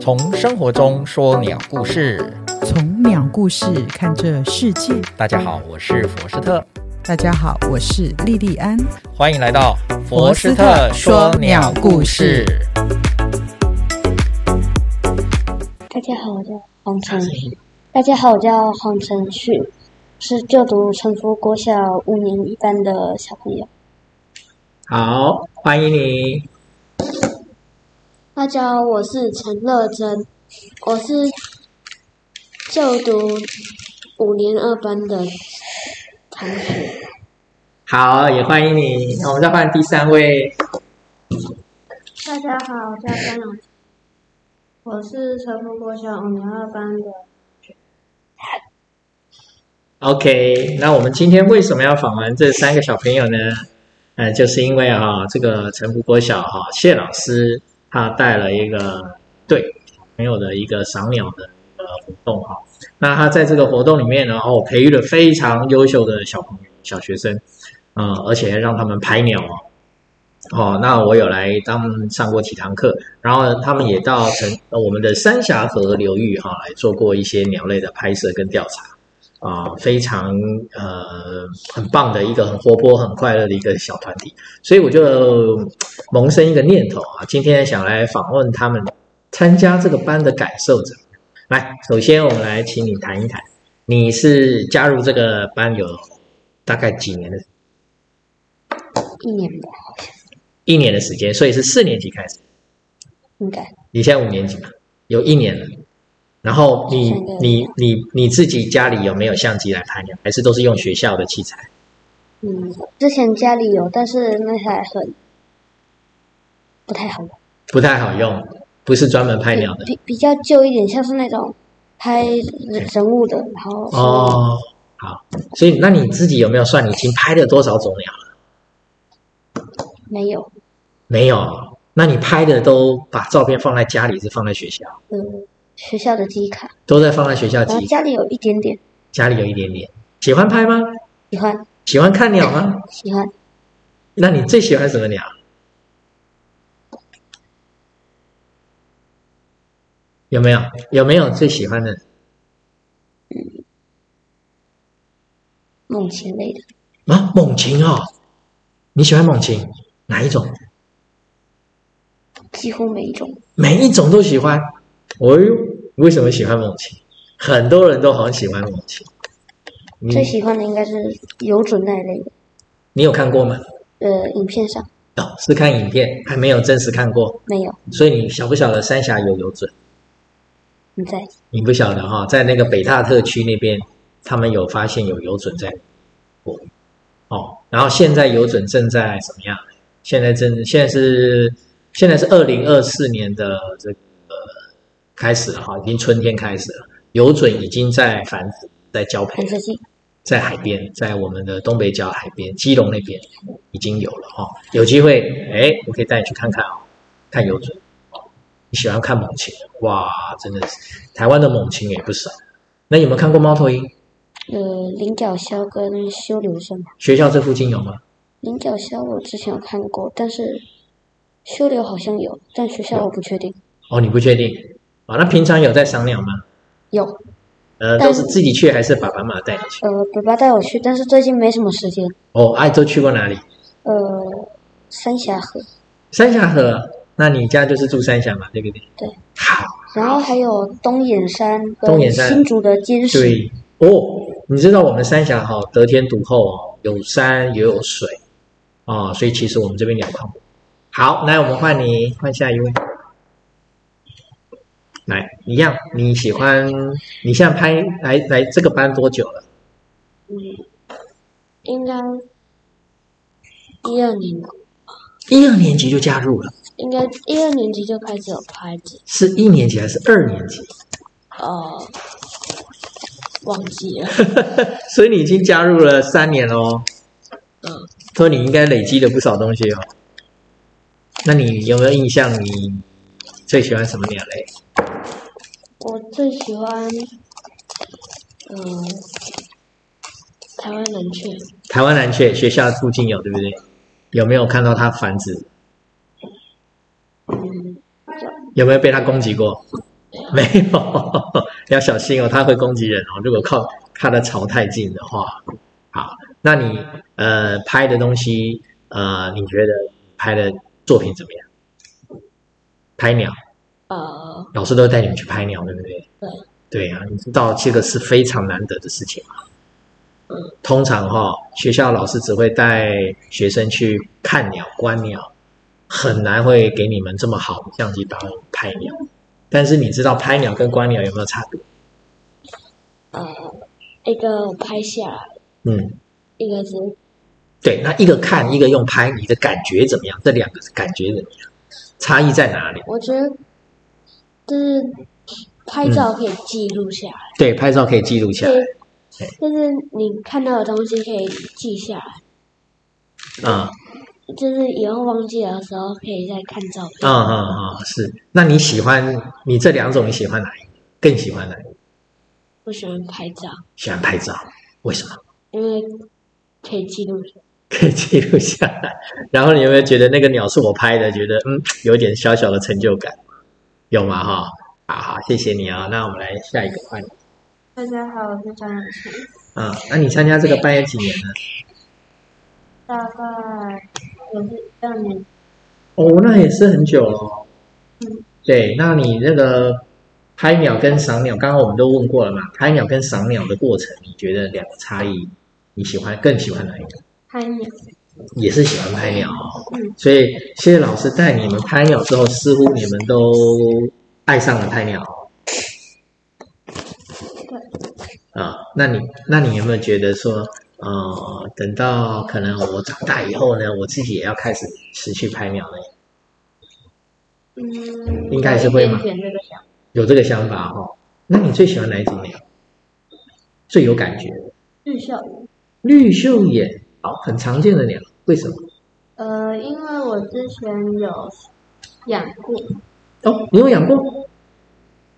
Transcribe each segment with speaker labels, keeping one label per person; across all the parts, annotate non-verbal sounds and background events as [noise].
Speaker 1: 从生活中说鸟故事。
Speaker 2: 从鸟故事看这世界。
Speaker 1: 大家好，我是佛斯特，
Speaker 2: 大家好，我是莉莉安。
Speaker 1: 欢迎来到
Speaker 2: 佛斯特说鸟故事。
Speaker 3: 大家好，我叫黄晨旭。大家好，我叫黄晨旭，是就读成福国小五年一班的小朋友。
Speaker 1: 好，欢迎你。
Speaker 3: 大家好，我是陈乐珍，我是就读五年二班的同学。
Speaker 1: 好，也欢迎你。哦那我们再换第三位。
Speaker 3: 大家好，我叫张永，我是成福国小五年二班的。
Speaker 1: OK，那我们今天为什么要访问这三个小朋友呢？呃，就是因为啊、这个陈福国小哈、谢老师他带了一个对朋友的一个赏鸟的一个活动哈、那他在这个活动里面呢，哦，培育了非常优秀的小朋友、小学生，嗯、而且让他们拍鸟哦。哦，那我有来他们上过几堂课，然后他们也到成呃我们的三峡河流域哈、来做过一些鸟类的拍摄跟调查。啊、非常呃很棒的一个很活泼、很快乐的一个小团体，所以我就萌生一个念头啊，今天想来访问他们参加这个班的感受怎么样？来，首先我们来请你谈一谈，你是加入这个班有大概几年的
Speaker 3: 一年吧，
Speaker 1: 一年的时间，所以是四年级开始，
Speaker 3: 应该
Speaker 1: 你现在五年级嘛，有一年了。然后你
Speaker 3: 现在
Speaker 1: 你你你自己家里有没有相机来拍鸟，还是都是用学校的器材？
Speaker 3: 嗯，之前家里有，但是那台很不太好用。
Speaker 1: 不太好用，不是专门拍鸟的。
Speaker 3: 比比较旧一点，像是那种拍人人物的，然后是那种
Speaker 1: 哦，好，所以那你自己有没有算你已经拍了多少种鸟了？
Speaker 3: 没有，
Speaker 1: 没有，那你拍的都把照片放在家里，是放在学校，
Speaker 3: 嗯，学校的机卡，
Speaker 1: 都在放在学校
Speaker 3: 然后
Speaker 1: 机，
Speaker 3: 家里有一点点，
Speaker 1: 家里有一点点。喜欢拍吗？
Speaker 3: 喜欢
Speaker 1: 喜欢看鸟吗？
Speaker 3: 喜欢
Speaker 1: 那你最喜欢什么鸟？有没有？有没有最喜欢的
Speaker 3: 梦情类的，
Speaker 1: 啊？猛禽哦，你喜欢猛禽哪一种？
Speaker 3: 几乎每一种，
Speaker 1: 每一种都喜欢。我、哟，为什么喜欢猛禽？很多人都好喜欢猛禽。你
Speaker 3: 最喜欢的应该是有准那一类的，
Speaker 1: 你有看过吗？
Speaker 3: 呃，影片上
Speaker 1: 哦，是看影片，还没有真实看过。
Speaker 3: 没有，
Speaker 1: 所以你晓不晓得三峡有游隼？
Speaker 3: 你在
Speaker 1: 你不晓得哈、在那个北大特区那边，他们有发现有游隼在过。哦，然后现在游隼正在怎么样？现在正现在是现在是二零二四年的这个开始了哈，已经春天开始了，游隼已经在繁殖，在交配
Speaker 3: 反
Speaker 1: 了。
Speaker 3: 射镜，
Speaker 1: 在海边，在我们的东北角海边，基隆那边已经有了哈、哦。有机会，哎，我可以带你去看看哦，看游隼。你喜欢看猛禽？哇，真的是，台湾的猛禽也不少。那有没有看过猫头鹰？
Speaker 3: 呃，菱角鸮跟修流鸮嘛，
Speaker 1: 学校这附近有吗？
Speaker 3: 菱角鸮我之前有看过，但是修流好像有，但学校我不确定，
Speaker 1: 哦，你不确定啊、哦？那平常有在赏鸟吗？
Speaker 3: 有，
Speaker 1: 呃，
Speaker 3: 但
Speaker 1: 都是自己去还是爸爸妈妈带你去？
Speaker 3: 呃，爸爸带我去，但是最近没什么时间。
Speaker 1: 哦，哎、都去过哪里？
Speaker 3: 呃，三峡河，
Speaker 1: 三峡河。啊那你家就是住三峡嘛，对不对？
Speaker 3: 对。
Speaker 1: 好，
Speaker 3: 然后还有东眼山
Speaker 1: 东眼
Speaker 3: 跟
Speaker 1: 山
Speaker 3: 新竹的尖石，
Speaker 1: 对哦，你知道我们三峡哈、得天独厚哦，有山也有水啊、所以其实我们这边鸟矿。好，来我们换你，换下一位。来，一样，你喜欢？你现在拍来来这个班多久了？
Speaker 3: 应该一二年吧，
Speaker 1: 一二年级就加入了，
Speaker 3: 应该一二年级就开始有拍子，
Speaker 1: 是一年级还是二年级？
Speaker 3: 呃，忘记了，
Speaker 1: 所以你已经加入了三年喽。
Speaker 3: 嗯，
Speaker 1: 所以你应该累积了不少东西哦。那你有没有印象？你最喜欢什么鸟类？
Speaker 3: 我最喜欢，嗯、台湾蓝雀，
Speaker 1: 台湾蓝雀学校附近有对不对？有没有看到它繁殖？
Speaker 3: 嗯，
Speaker 1: 有没有被它攻击过？没有， [laughs] 要小心哦，它会攻击人哦。如果靠它的巢太近的话，好，那你呃拍的东西，呃，你觉得拍的作品怎么样？拍鸟，
Speaker 3: 呃，
Speaker 1: 老师都带你们去拍鸟，对不对？
Speaker 3: 对。
Speaker 1: 对啊，你知道这个是非常难得的事情吗？
Speaker 3: 嗯。
Speaker 1: 通常哈、学校老师只会带学生去看鸟、观鸟，很难会给你们这么好的相机帮你拍鸟。但是你知道拍鸟跟观鸟有没有差别？
Speaker 3: 一个我拍下来，
Speaker 1: 嗯，
Speaker 3: 一个是
Speaker 1: 对，那一个看，一个用拍，你的感觉怎么样？这两个感觉怎么样？差异在哪里？
Speaker 3: 我觉得就是拍照
Speaker 1: 嗯
Speaker 3: 可以记录下来，
Speaker 1: 对，拍照可以记录下
Speaker 3: 可
Speaker 1: 来
Speaker 3: 以就是你看到的东西可以记下来，
Speaker 1: 啊，
Speaker 3: 就是以后忘记的时候可以再看照
Speaker 1: 啊
Speaker 3: 片。
Speaker 1: 啊啊！是。那你喜欢你这两种，你喜欢哪一个？更喜欢哪一个？
Speaker 3: 我喜欢拍照，
Speaker 1: 喜欢拍照，为什么？ [laughs]
Speaker 3: 因为可以记录下来。
Speaker 1: 可以记录下来。然后你有没有觉得那个鸟是我拍的？觉得嗯，有点小小的成就感，有吗？哈，好好，谢谢你啊、那我们来下一个换你
Speaker 4: 大家好，我是张远成，
Speaker 1: 啊。那你参加这个班有几年呢？
Speaker 4: 大概我是二年，
Speaker 1: 哦，那也是很久了哦。对，那你那个拍鸟跟赏鸟，刚刚我们都问过了嘛？拍鸟跟赏鸟的过程，你觉得两个差异，你喜欢更喜欢哪一个？
Speaker 4: 拍鸟，
Speaker 1: 也是喜欢拍鸟哦，所以谢谢老师带你们拍鸟之后，似乎你们都爱上了拍鸟哦。啊，那你那你有没有觉得说，呃，等到可能我长大以后呢，我自己也要开始持续拍鸟呢？
Speaker 4: 嗯，
Speaker 1: 应该是会吗
Speaker 4: 有一点点这个想法，
Speaker 1: 有这个想法哈、哦。那你最喜欢哪一种鸟？最有感觉？
Speaker 4: 日效舞。
Speaker 1: 绿袖眼，好，很常见的鸟，为什么？
Speaker 3: 嗯
Speaker 4: 呃，因为我之前有养过，
Speaker 1: 哦，你有养过？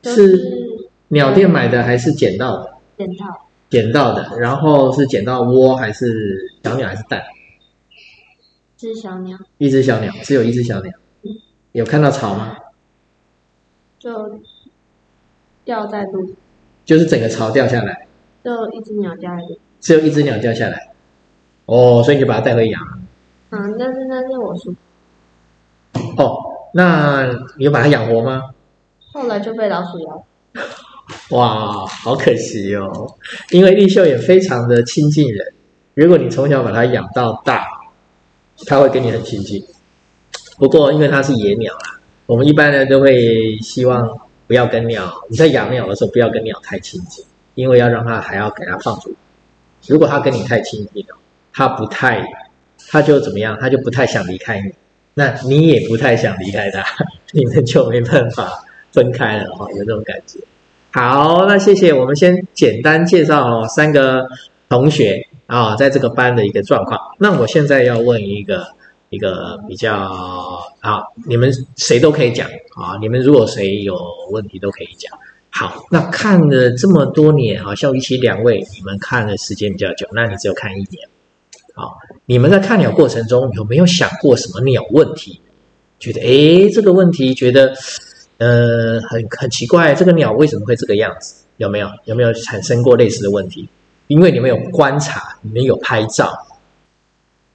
Speaker 4: 就是
Speaker 1: 鸟店买的还是捡到的？
Speaker 4: 捡到
Speaker 1: 捡到的，然后是捡到窝还是小鸟还是蛋？
Speaker 4: 只小鸟，
Speaker 1: 一只小鸟，只有一只小鸟。有看到巢吗？
Speaker 4: 就掉在路，
Speaker 1: 就是整个巢掉下来，
Speaker 4: 就一只鸟掉在路。
Speaker 1: 只有一只鸟掉下来。哦，所以你就把它带回养。
Speaker 4: 嗯，但是那是我叔，
Speaker 1: 哦，那你有把它养活吗？
Speaker 4: 后来就被老鼠咬。
Speaker 1: 哇，好可惜哦，因为绿袖也非常的亲近人，如果你从小把它养到大，它会跟你很亲近。不过因为它是野鸟啦，我们一般呢都会希望不要跟鸟，你在养鸟的时候不要跟鸟太亲近，因为要让它还要给它放逐。如果它跟你太亲近了，它不太，它就怎么样，它就不太想离开你，那你也不太想离开它， [laughs] 你们就没办法分开了哈、有这种感觉。好，那谢谢。我们先简单介绍哦，三个同学啊、在这个班的一个状况。那我现在要问一个一个比较啊，你们谁都可以讲啊，你们如果谁有问题都可以讲。好，那看了这么多年啊，像一起两位，你们看的时间比较久，那你只有看一年。好，你们在看鸟过程中有没有想过什么鸟问题？觉得诶这个问题觉得呃很很奇怪，这个鸟为什么会这个样子？有没有有没有产生过类似的问题？因为你们有观察，你们有拍照，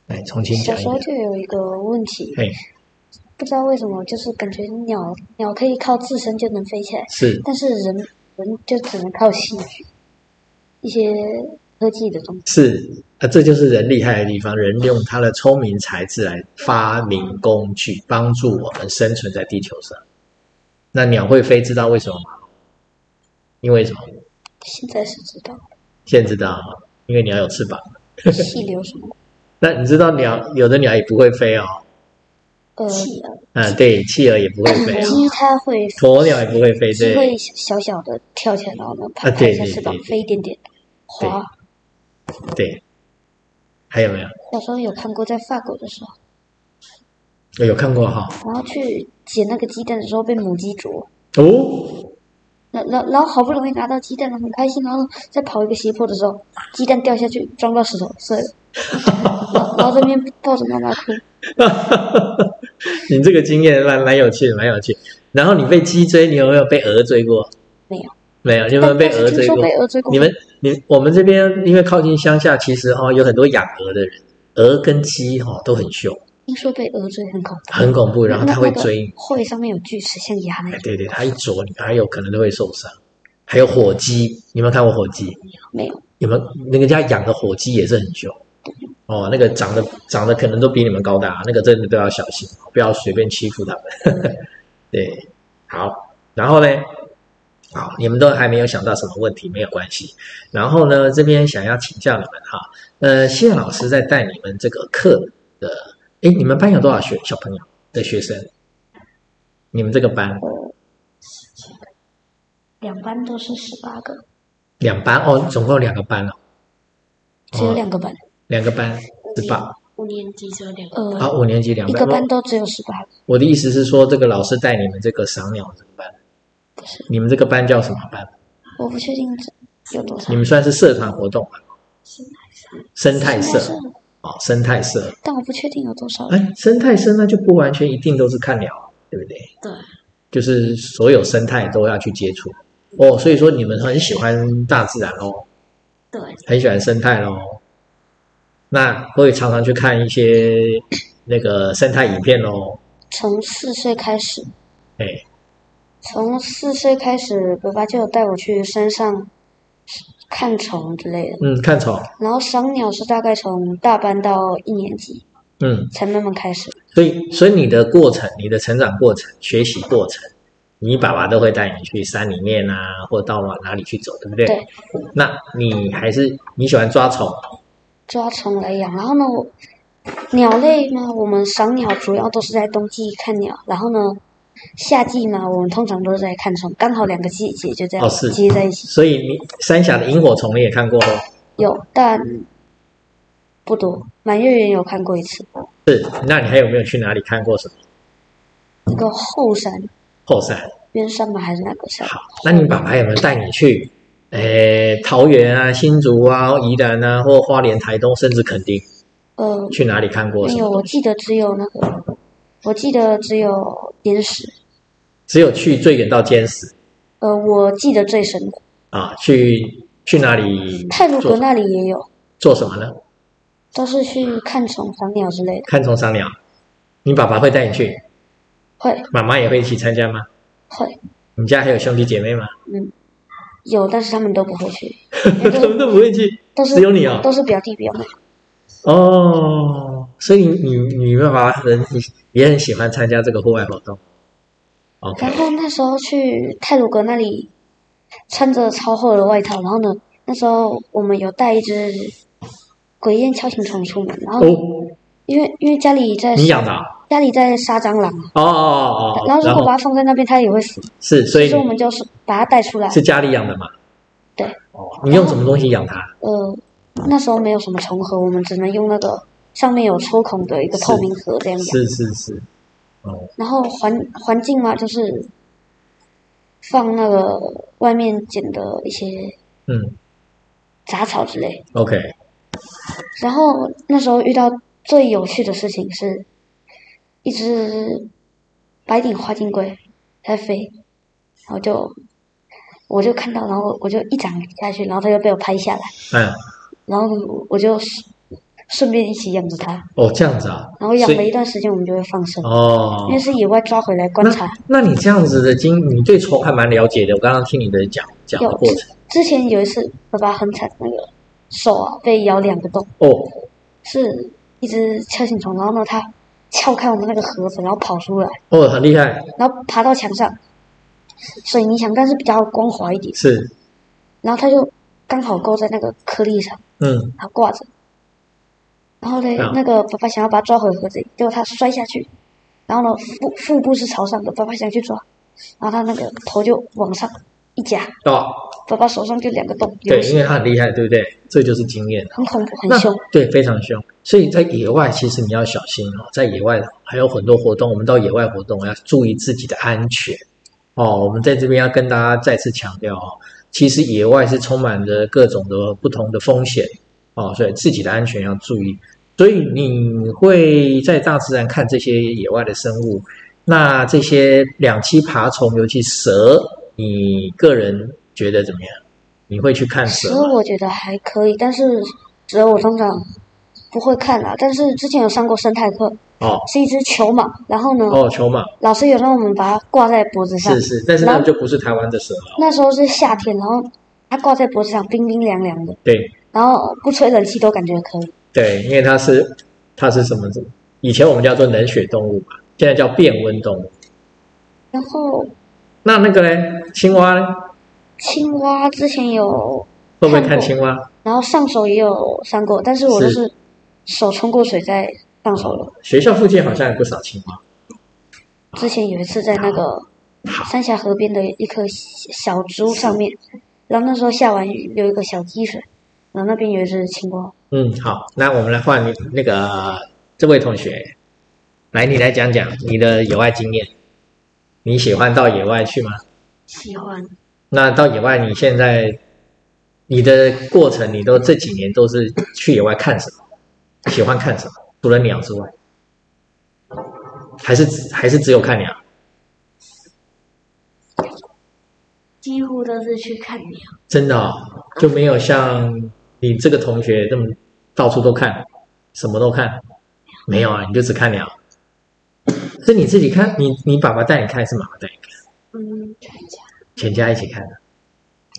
Speaker 1: 来重新
Speaker 5: 小
Speaker 1: 讲一哎
Speaker 5: 时候
Speaker 1: 遍。
Speaker 5: 就有一个问题，
Speaker 1: 嘿，
Speaker 5: 不知道为什么，就是感觉鸟鸟可以靠自身就能飞起来，
Speaker 1: 是
Speaker 5: 但是人人就只能靠吸一些科技的东西。
Speaker 1: 是啊，这就是人厉害的地方，人用他的聪明才智来发明工具，帮助我们生存在地球上。那鸟会飞，知道为什么吗？因为什么？
Speaker 5: 现在是知
Speaker 1: [laughs]
Speaker 5: 道
Speaker 1: 现在知道哈，因为鸟有翅膀。
Speaker 5: 气流什么，
Speaker 1: 那你知道鸟有的鸟也不会飞哦，
Speaker 5: 呃，
Speaker 4: 气啊！
Speaker 1: 啊，对，企鹅也不会飞哦，
Speaker 5: 鸡它会
Speaker 1: 鸵鸟也不会飞，
Speaker 5: 鸡
Speaker 1: 对
Speaker 5: 会小小的跳起来，然后呢
Speaker 1: 啊
Speaker 5: 拍
Speaker 1: 对
Speaker 5: 拍一
Speaker 1: 对
Speaker 5: 下翅膀
Speaker 1: 对对
Speaker 5: 飞一点点，滑。
Speaker 1: 对。还有没有？
Speaker 5: 小时候有看过，在法国的时候，
Speaker 1: 我有看过哈、
Speaker 5: 然后去捡那个鸡蛋的时候被母鸡啄，
Speaker 1: 哦，
Speaker 5: 然然然后
Speaker 1: [laughs]
Speaker 5: 好不容易拿到鸡蛋了，很开心，然后再跑一个斜坡的时候，鸡蛋掉下去撞到石头碎了，然后然后这边抱着妈妈哭，
Speaker 1: [laughs] 你这个经验蛮蛮有趣的，蛮有趣。然后你被鸡追，你有没有被鹅追过？
Speaker 5: 没有，
Speaker 1: 没有，你有没有被
Speaker 5: 但
Speaker 1: 鹅
Speaker 5: 是听
Speaker 1: 追
Speaker 5: 说
Speaker 1: 过？
Speaker 5: 被鹅追过，
Speaker 1: 你们你我们这边因为靠近乡下，其实哈、哦、有很多养鹅的人，鹅跟鸡哈、哦、都很凶，
Speaker 5: 听说被鹅追很恐怖，
Speaker 1: 很恐怖，然后
Speaker 5: 那
Speaker 1: 它会
Speaker 5: [laughs] 那个
Speaker 1: 追你。
Speaker 5: 会上面有锯齿，像牙那
Speaker 1: 哎
Speaker 5: 种，
Speaker 1: 对对，它一啄你，它有可能都会受伤。还有火鸡，你有没有看过火鸡？
Speaker 5: 没有，
Speaker 1: 你们那个家养的火鸡也是很凶哦，那个长得长得可能都比你们高大，那个真的都要小心，不要随便欺负它们。 [laughs] 对，好，然后呢？好，你们都还没有想到什么问题，没有关系。然后呢，这边想要请教你们哈，呃，谢老师在带你们这个课的，诶，你们班有多少学小朋友的学生？你们这个班
Speaker 5: 两班都是十八个，
Speaker 1: 两班哦，总共有两个班哦，
Speaker 5: 只有
Speaker 1: 哦
Speaker 5: 两个班，
Speaker 1: 两个班是吧？
Speaker 4: 五年级只有两个，
Speaker 1: 啊，
Speaker 5: 呃，
Speaker 1: 五年级两
Speaker 5: 一
Speaker 1: 班
Speaker 5: 个。班都只有十八个，
Speaker 1: 我的意思是说，这个老师带你们这个赏鸟这个班，
Speaker 5: 不是，
Speaker 1: 你们这个班叫什么班？
Speaker 5: 我不确定这有多少
Speaker 1: 你，们算是社团活动吧？生态社
Speaker 5: 但是，
Speaker 1: 哦，生态社。
Speaker 5: 但我不确定有多少人，
Speaker 1: 哎，生态社那就不完全一定都是看鸟，对不对？
Speaker 4: 对，
Speaker 1: 就是所有生态都要去接触哦。所以说你们很喜欢大自然哦，
Speaker 4: 对，
Speaker 1: 很喜欢生态喽。那会常常去看一些那个生态影片喽。
Speaker 5: 从四岁开始，
Speaker 1: 哎，
Speaker 5: 从四岁开始，爸爸就有带我去山上看虫之类的。
Speaker 1: 嗯，看虫，
Speaker 5: 然后赏鸟是大概从大班到一年级
Speaker 1: 嗯，
Speaker 5: 才慢慢开始。
Speaker 1: 所以，所以你的过程，你的成长过程、学习过程，你爸爸都会带你去山里面啊，或到哪哪里去走，对不对？
Speaker 5: 对。
Speaker 1: 那你还是你喜欢抓虫，
Speaker 5: 抓虫来养，然后呢，我鸟类呢，我们赏鸟主要都是在冬季看鸟，然后呢，夏季嘛，我们通常都是在看虫，刚好两个季节就这样
Speaker 1: 哦是
Speaker 5: 接在一起。
Speaker 1: 所以你三峡的萤火虫你也看过哦。
Speaker 5: 有，但不多。满月园有看过一次，
Speaker 1: 是，那你还有没有去哪里看过什么
Speaker 5: 那个后山
Speaker 1: 后山？
Speaker 5: 鸳山吧，还是哪个山？
Speaker 1: 好，那你爸爸有没有带你去？诶，桃园啊、新竹啊、宜兰啊，或花莲、台东，甚至垦丁，
Speaker 5: 呃，
Speaker 1: 去哪里看过
Speaker 5: 没
Speaker 1: 什
Speaker 5: 有，
Speaker 1: 么？
Speaker 5: 我记得只有那个，我记得只有岩石。
Speaker 1: 只有去最远到尖石
Speaker 5: 呃，我记得最深的
Speaker 1: 啊，去去哪里
Speaker 5: 泰鲁
Speaker 1: 做
Speaker 5: 阁那里也有，
Speaker 1: 做什么呢？
Speaker 5: 都是去看虫、赏鸟之类的。
Speaker 1: 看虫赏鸟，你爸爸会带你去，
Speaker 5: 会
Speaker 1: 妈妈也会一起参加吗？
Speaker 5: 会
Speaker 1: 你家还有兄弟姐妹吗？
Speaker 5: 有，但是他们都不
Speaker 1: [laughs]
Speaker 5: 会去，因为
Speaker 1: 他
Speaker 5: 都是
Speaker 1: 们都不会去，
Speaker 5: 都是
Speaker 1: 只有你哦
Speaker 5: 都是表弟表妹。
Speaker 1: 哦，所以你你爸爸很也很喜欢参加这个户外活动。OK，
Speaker 5: 然后那时候去泰鲁阁那里，穿着超厚的外套，然后呢，那时候我们有带一只鬼雁锹形虫出门，然后
Speaker 1: 哦，
Speaker 5: 因为因为家里在
Speaker 1: 你养的啊
Speaker 5: 家里在杀蟑螂啊，
Speaker 1: 哦哦哦哦，
Speaker 5: 然后如
Speaker 1: 然
Speaker 5: 果
Speaker 1: 后
Speaker 5: 把它放在那边，它也会死，
Speaker 1: 是，所
Speaker 5: 所
Speaker 1: 以
Speaker 5: 以我们
Speaker 1: 你
Speaker 5: 就是把它带出来。
Speaker 1: 是家里养的嘛？
Speaker 5: 对
Speaker 1: 哦，你用什么东西养它？
Speaker 5: 呃，那时候没有什么重盒，我们只能用那个上面有抽孔的一个透明盒这样养。
Speaker 1: 是是是，哦，
Speaker 5: 然后环环境嘛，就是放那个外面捡的一些
Speaker 1: 嗯
Speaker 5: 杂草之类。
Speaker 1: ，OK，
Speaker 5: 然后那时候遇到最有趣的事情是，一只白顶花金龟在飞，然后就我就看到，然后我就一掌下去，然后它就被我拍下来，
Speaker 1: 嗯，
Speaker 5: 然后我就顺顺便一起养着它。
Speaker 1: 哦，这样子啊，
Speaker 5: 然后养
Speaker 1: 所以
Speaker 5: 了一段时间，我们就会放生，
Speaker 1: 哦
Speaker 5: 因，为是野外抓回来观察。
Speaker 1: 那你这样子的经，你对虫还蛮了解的。我刚刚听你的讲讲的
Speaker 5: 有
Speaker 1: 过程。
Speaker 5: 之前有一次，爸爸很惨，那个手啊被咬两个洞，
Speaker 1: 哦，
Speaker 5: 是一只锹形虫，然后呢它撬开我们那个盒子，然后跑出来，
Speaker 1: 哦，很厉害，
Speaker 5: 然后爬到墙上，水泥墙，但是比较光滑一点，
Speaker 1: 是，
Speaker 5: 然后它就刚好勾在那个颗粒上，
Speaker 1: 嗯，
Speaker 5: 然后挂着。然后嘞
Speaker 1: 啊，
Speaker 5: 那个爸爸想要把它抓回盒子里，结果它摔下去，然后呢腹腹部是朝上的，爸爸想去抓，然后它那个头就往上一夹。
Speaker 1: 哦，
Speaker 5: 爸爸手上就两个洞，
Speaker 1: 对
Speaker 5: 有，时
Speaker 1: 因为它很厉害，对不对？这就是经验。啊
Speaker 5: 很恐怖，很
Speaker 1: 那
Speaker 5: 凶。
Speaker 1: 对，非常凶。所以在野外，其实你要小心哦，在野外还有很多活动，我们到野外活动要注意自己的安全哦。我们在这边要跟大家再次强调哦，其实野外是充满着各种的不同的风险哦，哦，所以自己的安全要注意。所以你会在大自然看这些野外的生物，那这些两栖爬虫，尤其蛇，你个人觉得怎么样？你会去看蛇
Speaker 5: 蛇
Speaker 1: 吗？
Speaker 5: 我觉得还可以，但是蛇我通常不会看啦。但是之前有上过生态课，
Speaker 1: 哦
Speaker 5: 是一只球蟒，然后呢，
Speaker 1: 哦，球蟒
Speaker 5: 老师有让我们把它挂在脖子上
Speaker 1: 是。是，但是那
Speaker 5: 然后
Speaker 1: 就不是台湾的蛇了。
Speaker 5: 那时候是夏天，然后它挂在脖子上，冰冰凉凉的，
Speaker 1: 对
Speaker 5: 然后不吹冷气都感觉可以。
Speaker 1: 对，因为它是它是什么？以前我们叫做冷血动物嘛，现在叫变温动物。
Speaker 5: 然后
Speaker 1: 那那个呢？青蛙呢？
Speaker 5: 青蛙之前有，
Speaker 1: 会不会看
Speaker 5: 看过
Speaker 1: 青蛙？
Speaker 5: 然后上手也有上过，但是我都
Speaker 1: 是
Speaker 5: 是手冲过水再上手了。
Speaker 1: 学校附近好像有不少青蛙。
Speaker 5: 之前有一次在那个三峡河边的一棵小植物上面，然后那时候下完雨有一个小积水，然后那边有一只青蛙。
Speaker 1: 嗯，好，那我们来换你那个这位同学，来，你来讲讲你的野外经验。你喜欢到野外去吗？
Speaker 5: 喜欢
Speaker 1: 那到野外，你现在你的过程，你都这几年都是去野外看什么？喜欢看什么？除了鸟之外，还是只还是只有看鸟？
Speaker 4: 几乎都是去看鸟。
Speaker 1: 真的、哦、就没有像你这个同学这么到处都看，什么都看？没有啊，你就只看鸟。是你自己看，你你爸爸带你看，还是妈妈带你看？
Speaker 4: 嗯，全家。
Speaker 1: 全家一起看的。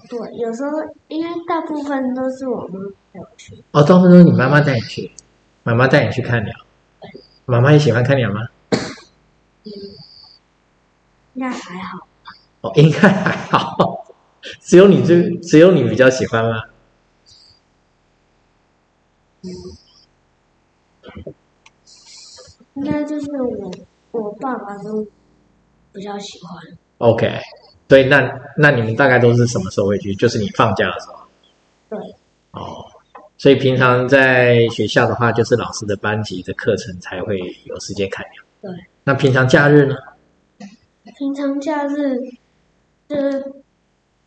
Speaker 4: 对，有时候因为大部分都是我们带我去，
Speaker 1: 哦，到处都是你妈妈带你去，妈妈带你去看鸟。妈妈也喜欢看鸟吗？
Speaker 4: 那还好。
Speaker 1: 哦， [laughs] 应该还好。只有你最，只有你比较喜欢吗？
Speaker 4: 应该就是我我爸爸都比较喜欢。
Speaker 1: OK，所以那那你们大概都是什么时候会去？就是你放假的时候。
Speaker 4: 对。
Speaker 1: 哦，所以平常在学校的话，就是老师的班级的课程才会有时间看鸟。
Speaker 4: 对。
Speaker 1: 那平常假日呢？
Speaker 4: 平常假日就是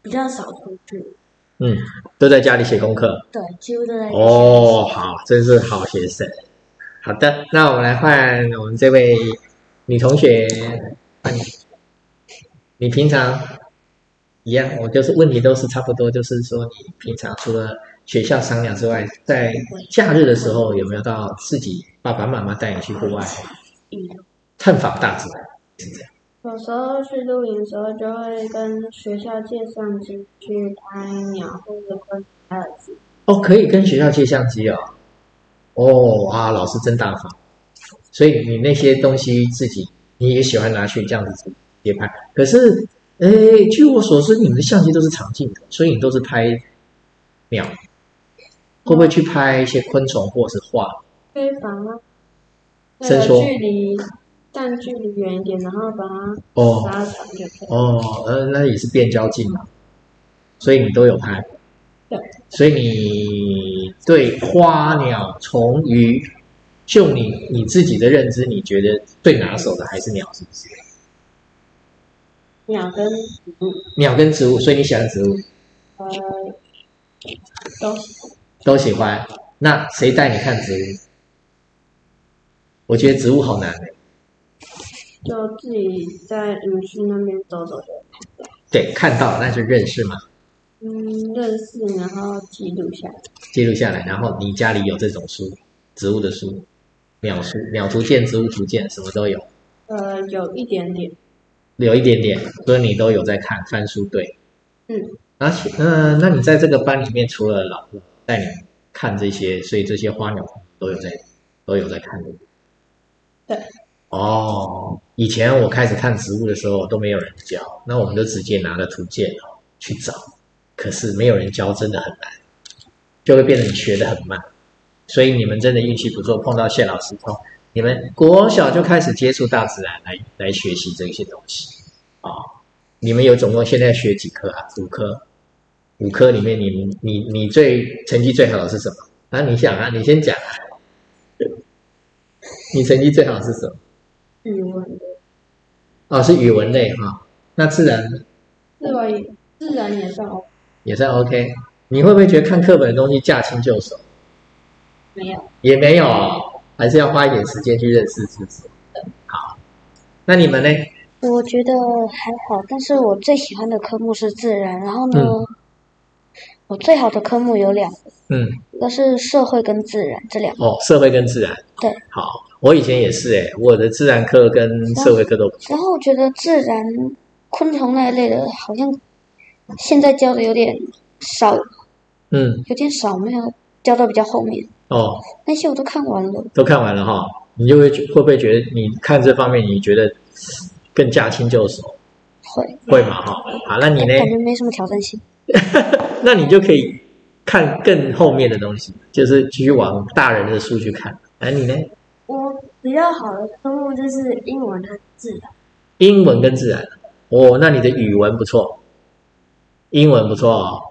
Speaker 4: 比较少出去，
Speaker 1: 嗯，都在家里写功课。
Speaker 4: 对，几乎都在。
Speaker 1: 哦，好，真是好学生。好的，那我们来换我们这位女同学，换你。你平常一样，我就是问题都是差不多，就是说你平常除了学校赏鸟之外，在假日的时候有没有到自己爸爸妈妈带你去户外探访大自然？
Speaker 4: 有时候去露营的时候，就会跟学校借相机去拍鸟或者观察耳机。
Speaker 1: 哦，可以跟学校借相机哦。哦啊，老师真大方。所以你那些东西自己你也喜欢拿去这样子自己拍，可是，诶，据我所知，你们的相机都是长镜头，所以你都是拍鸟，会不会去拍一些昆虫或是花？
Speaker 4: 可以把它那
Speaker 1: 伸缩
Speaker 4: 个距离，但距离远一点，然后把它
Speaker 1: 哦
Speaker 4: 拉长就可以。
Speaker 1: 哦，呃，那也是变焦镜嘛，所以你都有拍
Speaker 4: 对。
Speaker 1: 所以你对花鸟虫鱼，就你你自己的认知，你觉得最拿手的还是鸟，是不是？
Speaker 4: 鸟跟
Speaker 1: 鸟跟植物，所以你喜欢植物
Speaker 4: 呃都是
Speaker 1: 都喜欢。那谁带你看植物？我觉得植物好难。欸
Speaker 4: 就自己在园区那边走走的，
Speaker 1: 对，看到那就认识嘛，
Speaker 4: 嗯，认识然后记录下来。
Speaker 1: 记录下来，然后你家里有这种书，植物的书，鸟书、鸟图鉴、植物图鉴，什么都有。
Speaker 4: 呃，有一点点，
Speaker 1: 有一点点，所以你都有在看翻书对。
Speaker 4: 嗯，
Speaker 1: 而且，嗯、那你在这个班里面，除了老师带你看这些，所以这些花鸟都有在都有在看的。
Speaker 4: 对。
Speaker 1: 哦，以前我开始看植物的时候都没有人教，那我们就直接拿了图鉴哦去找，可是没有人教真的很难，就会变得你学的很慢。所以你们真的运气不错，碰到谢老师后，你们国小就开始接触大自然来来学习这些东西啊、你们有总共现在学几科啊？五科，五科里面你们你你最成绩最好的是什么？啊，你想啊，你先讲啊。你成绩最好是什么？
Speaker 4: 语文、
Speaker 1: 哦，是语文类哈、那自然
Speaker 4: 自然也自然也算 OK，
Speaker 1: 也算 OK。你会不会觉得看课本的东西驾轻就熟？
Speaker 4: 没有，
Speaker 1: 也没有，啊还是要花一点时间去认识，是不是？好，那你们呢？
Speaker 5: 我觉得还好，但是我最喜欢的科目是自然。然后呢，
Speaker 1: 嗯
Speaker 5: 我最好的科目有两个，
Speaker 1: 嗯，
Speaker 5: 一个是社会跟自然这两个。
Speaker 1: 哦，社会跟自然。
Speaker 5: 对，
Speaker 1: 好，我以前也是诶，我的自然课跟社会课都不错。
Speaker 5: 然后我觉得自然昆虫那一类的，好像现在教的有点少，
Speaker 1: 嗯，
Speaker 5: 有点少，没有教到比较后面。
Speaker 1: 哦，
Speaker 5: 那些我都看完了，
Speaker 1: 都看完了哈，你就会觉会不会觉得你看这方面你觉得更驾轻就熟？
Speaker 5: 会
Speaker 1: 会嘛哈？好，那你呢？
Speaker 5: 感觉没什么挑战性。
Speaker 1: 那你就可以看更后面的东西，就是继续往大人的书去看。哎，你呢？
Speaker 4: 我比较好的科目就是英文和自然。
Speaker 1: 英文跟自然，哦，那你的语文不错，英文不错哦，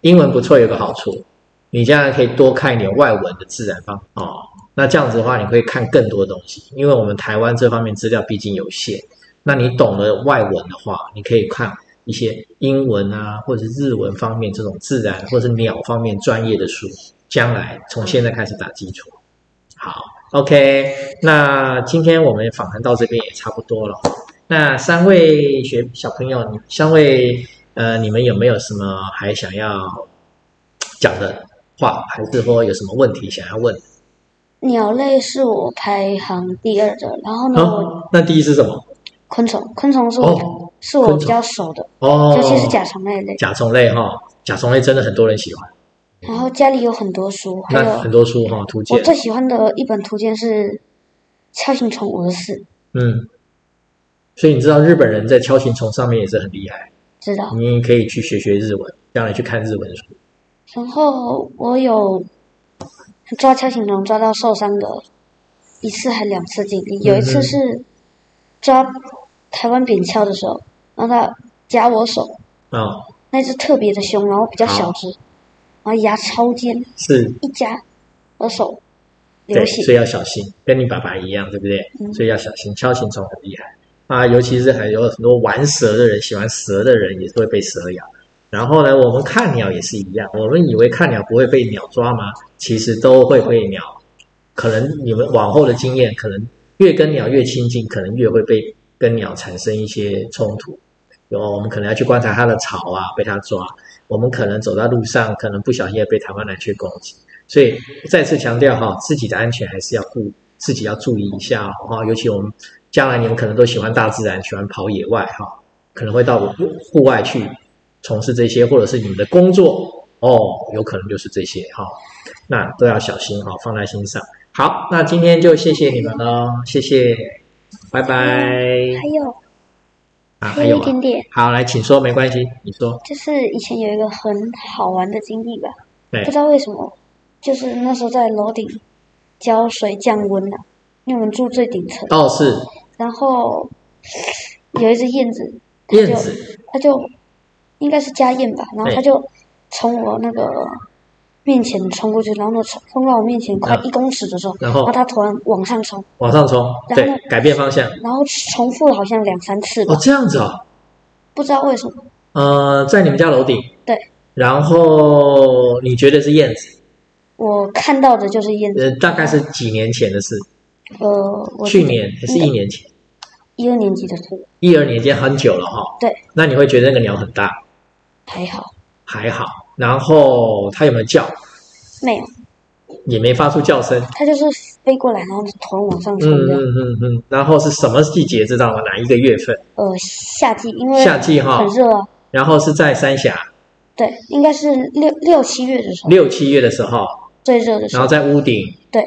Speaker 1: 英文不错有个好处，你将来可以多看一点外文的自然方哦。那这样子的话，你会看更多东西，因为我们台湾这方面资料毕竟有限。那你懂了外文的话，你可以看一些英文啊，或者是日文方面这种自然或者是鸟方面专业的书，将来从现在开始打基础。好，OK，那今天我们访谈到这边也差不多了。那三位学小朋友，你三位呃，你们有没有什么还想要讲的话，还是说有什么问题想要问？
Speaker 5: 鸟类是我排行第二的，然后呢，我
Speaker 1: 哦，那第一是什么？
Speaker 5: 昆虫，昆虫是我、
Speaker 1: 哦
Speaker 5: 是我
Speaker 1: 昆虫
Speaker 5: 比较熟的，
Speaker 1: 哦，
Speaker 5: 尤其是甲虫那一类。
Speaker 1: 甲虫类哈、甲虫类真的很多人喜欢，
Speaker 5: 然后家里有很多书，还
Speaker 1: 那
Speaker 5: 有
Speaker 1: 很多书哈、图鉴
Speaker 5: 我，最喜欢的一本图鉴是《锹形虫五十四》，
Speaker 1: 嗯，所以你知道日本人在敲行虫上面也是很厉害，
Speaker 5: 知道。
Speaker 1: 你可以去学学日文，将来去看日文书。
Speaker 5: 然后我有抓锹形虫抓到受伤的一次还两次经历，有一次是抓台湾扁锹的时候，让它夹我手，
Speaker 1: 哦，
Speaker 5: 那只特别的凶，然后比较小只，
Speaker 1: 啊
Speaker 5: 然后牙超尖，
Speaker 1: 是
Speaker 5: 一夹我手流
Speaker 1: 对，所
Speaker 5: 血。
Speaker 1: 以要小心，跟你爸爸一样，对不对？
Speaker 5: 嗯
Speaker 1: 所以要小心，敲行虫很厉害啊，尤其是还有很多玩蛇的人，喜欢蛇的人也是会被蛇咬。然后呢，我们看鸟也是一样，我们以为看鸟不会被鸟抓吗？其实都会被鸟。可能你们往后的经验，可能越跟鸟越亲近，可能越会被跟鸟产生一些冲突。有我们可能要去观察它的草啊，被它抓；我们可能走到路上，可能不小心也被台湾蓝雀攻击。所以再次强调哈，自己的安全还是要顾，自己要注意一下哦哈。尤其我们将来你们可能都喜欢大自然，喜欢跑野外哈，可能会到户户外去从事这些，或者是你们的工作哦，有可能就是这些哈。那都要小心哈，放在心上。好，那今天就谢谢你们喽，谢谢，拜拜
Speaker 5: 还有
Speaker 1: 啊，还
Speaker 5: 还
Speaker 1: 有
Speaker 5: 有一
Speaker 1: 啊，
Speaker 5: 点点，
Speaker 1: 好，来，请说，没关系，你说，
Speaker 5: 就是以前有一个很好玩的经历吧，
Speaker 1: 对
Speaker 5: 不知道为什么，就是那时候在楼顶浇水降温了、因为我们住最顶层。
Speaker 1: 倒是
Speaker 5: 然后有一只燕子，它
Speaker 1: 燕
Speaker 5: 就
Speaker 1: 子，
Speaker 5: 它就应该是家燕吧，然后它
Speaker 1: 哎
Speaker 5: 就从我那个面前冲过去，然后呢冲冲到我面前快
Speaker 1: 嗯
Speaker 5: 一公尺的时候，
Speaker 1: 然
Speaker 5: 然
Speaker 1: 后
Speaker 5: 后它突然往上冲，
Speaker 1: 往上冲，
Speaker 5: 然后
Speaker 1: 对，改变方向，
Speaker 5: 然后重复了好像两三次吧
Speaker 1: 哦，，这样子哦，
Speaker 5: 不知道为什么，
Speaker 1: 呃，在你们家楼顶，
Speaker 5: 对，
Speaker 1: 然后你觉得是燕子，
Speaker 5: 我看到的就是燕子，
Speaker 1: 呃，大概是几年前的事，
Speaker 5: 呃，我
Speaker 1: 去年还是一年前，
Speaker 5: 一二年级的时候
Speaker 1: 一二年前很久了哈、
Speaker 5: 对，
Speaker 1: 那你会觉得那个鸟很大，
Speaker 5: 还好
Speaker 1: 还好，然后它有没有叫，
Speaker 5: 没有，
Speaker 1: 也没发出叫声，
Speaker 5: 它就是飞过来，然后突然往上冲
Speaker 1: 嗯
Speaker 5: 的，
Speaker 1: 嗯嗯嗯，然后是什么季节知道吗？哪一个月份？
Speaker 5: 呃，夏季因为
Speaker 1: 嗯夏季哦哈、
Speaker 5: 很热啊，
Speaker 1: 然后是在三峡
Speaker 5: 对，应该是六六七月的时候
Speaker 1: 六七月的时候，
Speaker 5: 最热的时
Speaker 1: 然
Speaker 5: 候
Speaker 1: 后。在屋顶
Speaker 5: 对，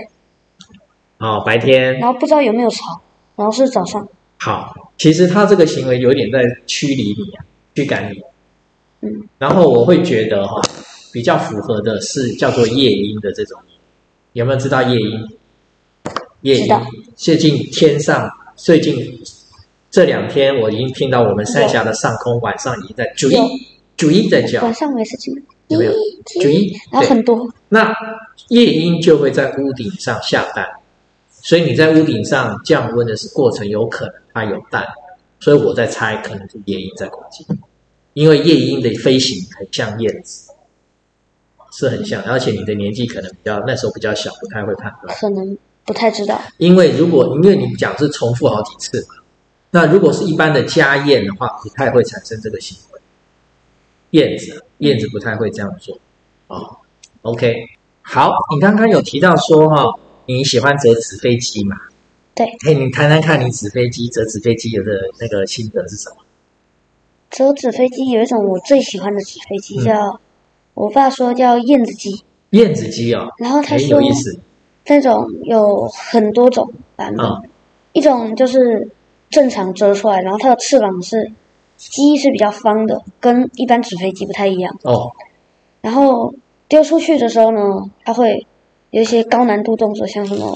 Speaker 1: 哦，白天
Speaker 5: 然后不知道有没有潮，然后是早上，
Speaker 1: 好。其实他这个行为有点在驱离你啊，驱赶你。
Speaker 5: 嗯，
Speaker 1: 然后我会觉得哈、比较符合的是叫做夜莺的这种，有没有知道夜莺？夜
Speaker 5: 知
Speaker 1: 莺
Speaker 5: 道
Speaker 1: 最近天上最近这两天我已经听到我们三峡的上空晚上已经在啾
Speaker 5: 有
Speaker 1: 一啾一在叫
Speaker 5: 晚，上没事情，
Speaker 1: 有没有
Speaker 5: 咦
Speaker 1: 啾一？
Speaker 5: 然后
Speaker 1: 对
Speaker 5: 很多，
Speaker 1: 那夜莺就会在屋顶上下蛋，所以你在屋顶上降温的是过程，有可能它有蛋，所以我在猜可能是夜莺在攻击，因为夜莺的飞行很像燕子，是很像，而且你的年纪可能比较那时候比较小，不太会判断。
Speaker 5: 可能不太知道。
Speaker 1: 因为如果因为你讲是重复好几次嘛，那如果是一般的家燕的话，不太会产生这个行为。燕子，燕子不太会这样做。哦，OK，好，你刚刚有提到说哈、你喜欢折纸飞机嘛？
Speaker 5: 对。
Speaker 1: 哎，你谈谈看你纸飞机折纸飞机有的那个心得是什么？
Speaker 5: 折纸飞机有一种我最喜欢的纸飞机
Speaker 1: 嗯
Speaker 5: 叫，我爸说叫燕子机，
Speaker 1: 燕子机哦，
Speaker 5: 然后他
Speaker 1: 很
Speaker 5: 说
Speaker 1: 有意思。
Speaker 5: 这种有很多种版本，
Speaker 1: 嗯
Speaker 5: 一种就是正常折出来，然后它的翅膀是机是比较方的，跟一般纸飞机不太一样。
Speaker 1: 哦，
Speaker 5: 然后丢出去的时候呢，它会有一些高难度动作，像什么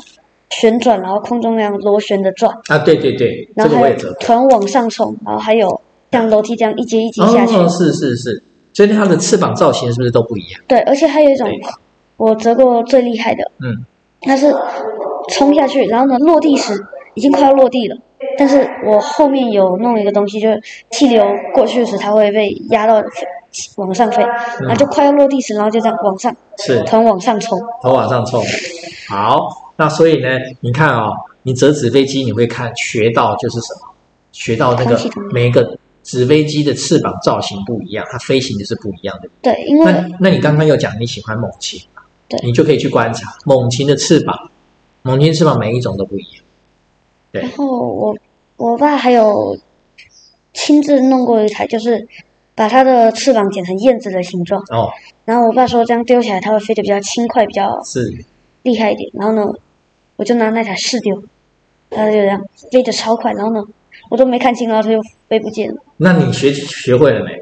Speaker 5: 旋转，然后空中那样螺旋的转，
Speaker 1: 啊，对对对，
Speaker 5: 然
Speaker 1: 这个
Speaker 5: 后还
Speaker 1: 我
Speaker 5: 有
Speaker 1: 也折过。
Speaker 5: 船往上冲，然后还有像楼梯这样一阶一阶下去。
Speaker 1: 哦，是是是，所以它的翅膀造型是不是都不一样？
Speaker 5: 对，而且还有一种
Speaker 1: 对
Speaker 5: 我折过最厉害的，
Speaker 1: 嗯，
Speaker 5: 它是冲下去，然后呢落地时已经快要落地了，但是我后面有弄一个东西，就是气流过去时它会被压到往上飞，然
Speaker 1: 嗯
Speaker 5: 后就快要落地时，然后就这样往上，
Speaker 1: 是
Speaker 5: 团往上冲。
Speaker 1: 头往上冲。好，那所以呢，你看哦，你折纸飞机，你会看学到就是什么？学到那个
Speaker 5: 空气动力
Speaker 1: 每一个纸飞机的翅膀造型不一样，它飞行的是不一样的。
Speaker 5: 对，因为
Speaker 1: 那那你刚刚又讲你喜欢猛禽嘛，
Speaker 5: 对
Speaker 1: 你就可以去观察猛禽的翅膀，猛禽翅膀每一种都不一样。对
Speaker 5: 然，后我我爸还有亲自弄过一台，就是把它的翅膀剪成燕子的形状，
Speaker 1: 哦，
Speaker 5: 然后我爸说这样丢起来它会飞得比较轻快，比较
Speaker 1: 是
Speaker 5: 厉害一点。然后呢，我就拿那台试丢，它就这样飞得超快。然后呢，我都没看清，然后它就飞不见了。
Speaker 1: 那你学学会了没？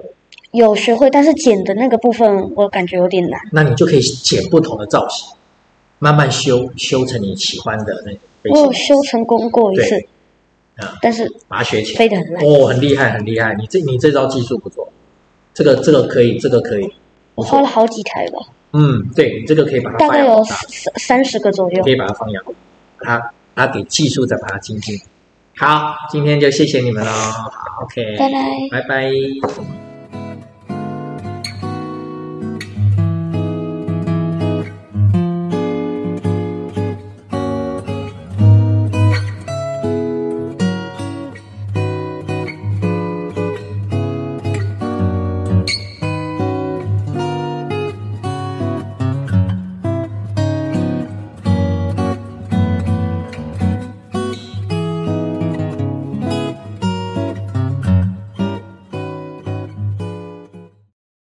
Speaker 5: 有学会，但是剪的那个部分我感觉有点难。
Speaker 1: 那你就可以剪不同的造型，慢慢修修成你喜欢的那个飞
Speaker 5: 我
Speaker 1: 行，
Speaker 5: 有哦修成功过一次
Speaker 1: 对啊，
Speaker 5: 但是
Speaker 1: 把它学起来。
Speaker 5: 飞得很烂。
Speaker 1: 哦，很厉害，很厉害！你这你这招技术不错，这个这个可以，这个可以。
Speaker 5: 我花了好几台吧，
Speaker 1: 嗯，对，你这个可以把它
Speaker 5: 大
Speaker 1: 发
Speaker 5: 概
Speaker 1: 扬
Speaker 5: 有
Speaker 1: 光大，
Speaker 5: 三三十个左右
Speaker 1: 可。以把它放养，把它把它给技术再把它精进。好，今天就谢谢你们喽。好，OK，
Speaker 5: 拜拜。
Speaker 1: 拜拜